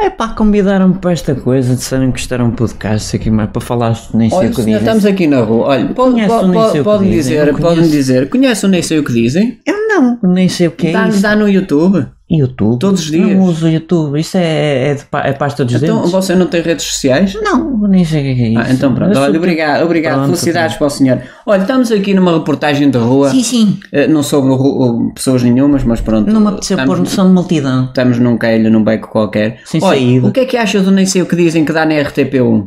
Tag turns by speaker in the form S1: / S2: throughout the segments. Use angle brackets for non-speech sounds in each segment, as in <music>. S1: É pá, convidaram-me para esta coisa, disseram que isto era um podcast aqui, mas para falar nem sei
S2: Olha,
S1: é o que
S2: senhor,
S1: dizem.
S2: estamos aqui na rua. Olha, pode,
S1: Conhece o
S2: pode,
S1: Nem Sei
S2: pode,
S1: O Que
S2: pode
S1: Dizem,
S2: dizer,
S1: não
S2: pode
S1: conheço.
S2: dizer. Conhece o Nem Sei O Que Dizem?
S1: Eu não, nem sei o que é
S2: Dá,
S1: isso.
S2: dá no YouTube.
S1: YouTube?
S2: Todos os dias.
S1: Não uso YouTube, isso é, é, de pa- é pasta dos
S2: Então,
S1: dentes.
S2: você não tem redes sociais?
S1: Não, nem sei o que é isso.
S2: Ah, então pronto,
S1: Eu sou
S2: olha,
S1: tipo-
S2: obrigado, obrigado,
S1: Pronto,
S2: felicidades para o senhor. Olha, estamos aqui numa reportagem de rua,
S1: Sim, sim.
S2: Eh, não sobre o- o- pessoas nenhumas, mas pronto.
S1: Não me apeteceu pôr
S2: estamos,
S1: noção de multidão.
S2: estamos num queiro, num beco qualquer.
S1: Sem
S2: olha,
S1: saída.
S2: o que é que acha do nem sei o que dizem que dá na RTP1?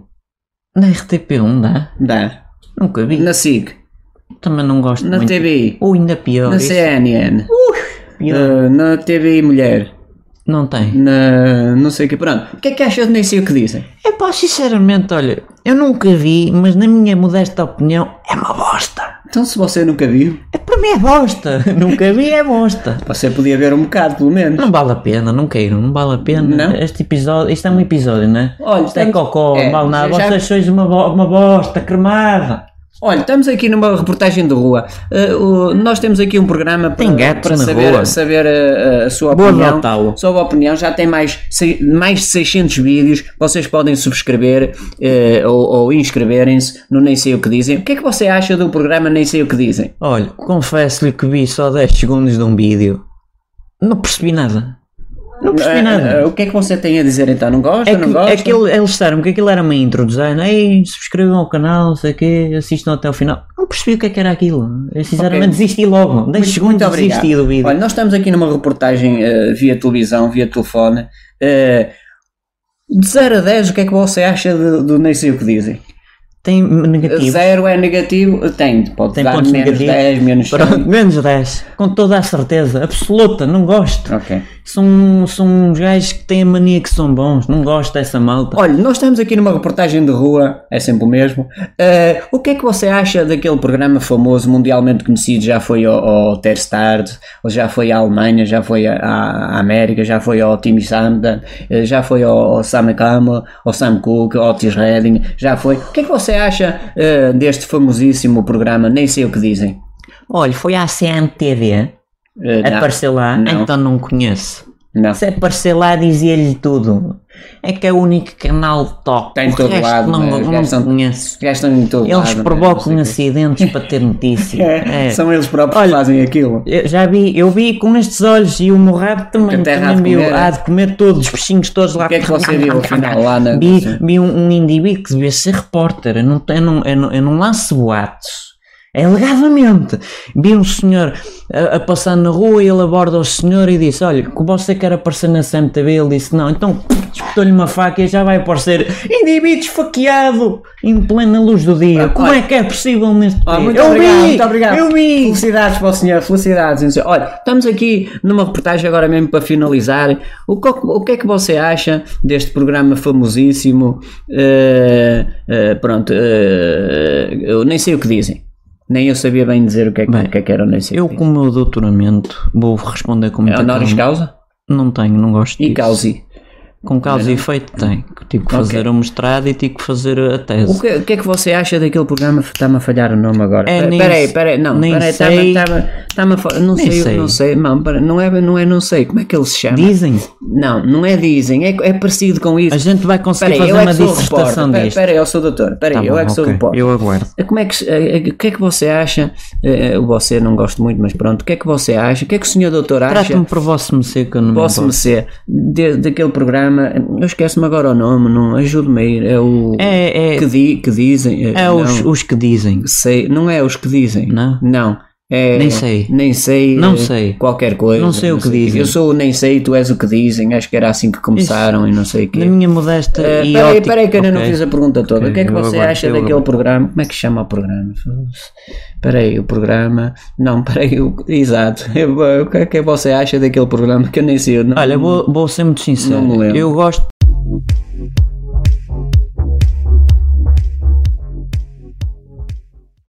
S1: Na RTP1 dá?
S2: Dá.
S1: Nunca vi.
S2: Na SIC,
S1: Também não gosto
S2: na
S1: muito.
S2: TVI,
S1: Ou ainda pior.
S2: na
S1: isso.
S2: CNN,
S1: Pior.
S2: eh, na TVI Mulher,
S1: Não tem.
S2: Hum. na não sei o que, pronto. O que é que acha do nem sei o que dizem?
S1: É pá, sinceramente, olha, eu nunca vi, mas na minha modesta opinião é uma bosta.
S2: Então se você nunca viu,
S1: É, para mim é bosta. <laughs> nunca vi, é bosta.
S2: você podia ver um bocado pelo menos.
S1: Não vale a pena, não quero, não vale a pena.
S2: Não?
S1: Este episódio, isto é um episódio, não é?
S2: Olha,
S1: isto é
S2: estamos-
S1: cocó,
S2: é,
S1: não vale nada.
S2: já-
S1: Vocês sois uma, bo- uma bosta cremada.
S2: Olha, estamos aqui numa reportagem de rua. Eh, o- nós temos aqui um programa para,
S1: Tem gatos
S2: para
S1: na
S2: saber,
S1: rua.
S2: saber eh, a, sua
S1: Vou
S2: opinião.
S1: adotá-lo.
S2: Sobre a opinião, já tem mais, se- mais de 600 vídeos. Vocês podem subscrever eh, ou, ou inscreverem-se no Nem Sei O Que Dizem. O que é que você acha do programa Nem Sei O Que Dizem?
S1: Olha, confesso-lhe que vi só 10 segundos de um vídeo. Não percebi nada. Não percebi
S2: Eh,
S1: nada.
S2: eh, o que é que você tem a dizer então? Não gosta?
S1: É
S2: não
S1: que,
S2: gosta?
S1: é que ele- eles disseram que aquilo era uma intro dizendo Ei, subscrevam ao canal, não sei o quê, assistam até ao final. Não percebi o que é que era aquilo. Eu sinceramente
S2: Ok.
S1: desisti logo. 10 segundos
S2: Muito obrigado.
S1: desisti do vídeo.
S2: Olha, nós estamos aqui numa reportagem eh, via televisão, via telefone. Eh, de 0 a 10, o que é que você acha do, do Nem Sei O Que Dizem?
S1: Tem negativo.
S2: Zero é negativo? Tem, pode
S1: Tem
S2: dar menos
S1: pontos negativos.
S2: 10, menos 100.
S1: Pronto, menos 10. Com toda a certeza. Absoluta, não gosto.
S2: Ok.
S1: São, são uns gajos que têm a mania que são bons. Não gosto dessa malta.
S2: Olha, nós estamos aqui numa reportagem de rua, é sempre o mesmo. Eh, o que é que você acha daquele programa famoso, mundialmente conhecido? Já foi ao, ao Terstard, ou já foi à Alemanha, já foi à, à América, já foi ao Timmy Samdan, eh, já foi ao, ao Sam Kama, ao Sam Cooke, ao Otis Redding, já foi. O que é que você acha eh, deste famosíssimo programa? Nem sei o que dizem.
S1: Olha, foi à CNTV.
S2: Eh, não,
S1: Apareceu lá.
S2: Não.
S1: Então não conheço.
S2: não.
S1: Se aparecer lá, dizia-lhe tudo. É que é o único canal top.
S2: Tem
S1: O
S2: todo
S1: resto
S2: lado,
S1: não,
S2: né? Os
S1: não
S2: gajos são-
S1: conheço.
S2: Gastam em todo
S1: Eles
S2: lado, né?
S1: provocam
S2: Não sei o quê.
S1: acidentes para <laughs> ter notícia.
S2: É,
S1: É.
S2: São eles próprios que
S1: Olha,
S2: fazem aquilo.
S1: Eu já vi, eu vi com estes olhos e o meu rabo também.
S2: Que terra há de
S1: também viu,
S2: comer, é?
S1: há de comer todos, os peixinhos todos lá.
S2: O que é que você viu, afinal, lá na-
S1: Vi,
S2: Sim.
S1: vi um, um indivíduo que devia ser repórter. Eu não, eu não, eu não, eu não lanço boatos. É alegadamente. Vi um senhor a, a passar na rua e ele aborda o senhor e disse: Olha, que você quer aparecer na CMTV? Ele disse: Não, então espetou-lhe uma faca e já vai aparecer indivíduo esfaqueado em plena luz do dia.
S2: Ah,
S1: Como
S2: olha.
S1: é que é possível neste
S2: Ah,
S1: país?
S2: muito
S1: Eu
S2: obrigado,
S1: vi!
S2: muito obrigado.
S1: Eu vi!
S2: Felicidades para o senhor, felicidades. não sei. Olha, estamos aqui numa reportagem agora mesmo para finalizar. O co- o que, é que você acha deste programa famosíssimo? Eh, eh, pronto, eh, eu nem sei o que dizem. Nem eu sabia bem dizer o que é que,
S1: Bem,
S2: o que, é que era, nem sei. o
S1: Eu, então
S2: que
S1: com o meu doutoramento, vou responder com
S2: dizem.
S1: muita
S2: É honoris
S1: calma.
S2: causa
S1: Não tenho, não gosto
S2: e
S1: disso.
S2: causi.
S1: Com causa e efeito, tenho. Tive que fazer o mestrado e tive que fazer a
S2: O
S1: tese.
S2: que, o que é que você acha daquele programa? Está-me a falhar o nome agora.
S1: É,
S2: Pe-
S1: nem
S2: peraí,
S1: se-
S2: peraí, não,
S1: nem
S2: peraí, está-me-
S1: sei.
S2: está-me- está-me a fa- Não
S1: Nem
S2: sei,
S1: sei.
S2: não sei, não, pera- não é, não é, não sei. Como é que ele se chama?
S1: Dizem,
S2: Não, não é dizem, é, é parecido com isso.
S1: a gente vai conseguir
S2: Peraí,
S1: fazer
S2: eu é
S1: uma
S2: que sou
S1: dissertação
S2: repórter. Peraí,
S1: disto.
S2: peraí, eu sou doutor. Peraí,
S1: Tá
S2: eu
S1: bom,
S2: é que sou
S1: ok.
S2: repórter.
S1: Eu aguardo.
S2: Como é que, se- eh, eh, o que é que você acha? eh, eh, Você não gosto muito, mas pronto. O que é que você acha? O que é que o senhor doutor acha?
S1: Trata-me por vosso mecer que eu não me
S2: Posso me
S1: importo.
S2: ser de- daquele programa? Eu esqueço-me agora o nome, não ajude-me aí. É o
S1: É, é,
S2: que, di- que dizem. eh,
S1: é
S2: não,
S1: os, os que dizem.
S2: sei, não é os que dizem.
S1: Não?
S2: Não. É,
S1: Nem sei.
S2: Nem sei.
S1: Não
S2: eh,
S1: sei.
S2: Qualquer coisa.
S1: Não sei o que dizem.
S2: Eu sou o nem sei, tu és o que dizem. Acho que era assim que começaram e não sei o quê.
S1: Na minha modesta
S2: Eh,
S1: e
S2: Peraí,
S1: ótica-
S2: peraí, que eu ainda não
S1: ok.
S2: fiz a pergunta toda.
S1: Ok,
S2: o que é que
S1: eu
S2: você
S1: aguardo,
S2: acha
S1: eu
S2: daquele
S1: aguardo.
S2: programa? Como é que se chama o programa? Peraí, o programa. Não, peraí, o... exato. <laughs> Eu- O que é que você acha daquele programa que eu nem sei o nome?
S1: Olha, vou, vou ser muito sincero.
S2: Não me lembro.
S1: Eu gosto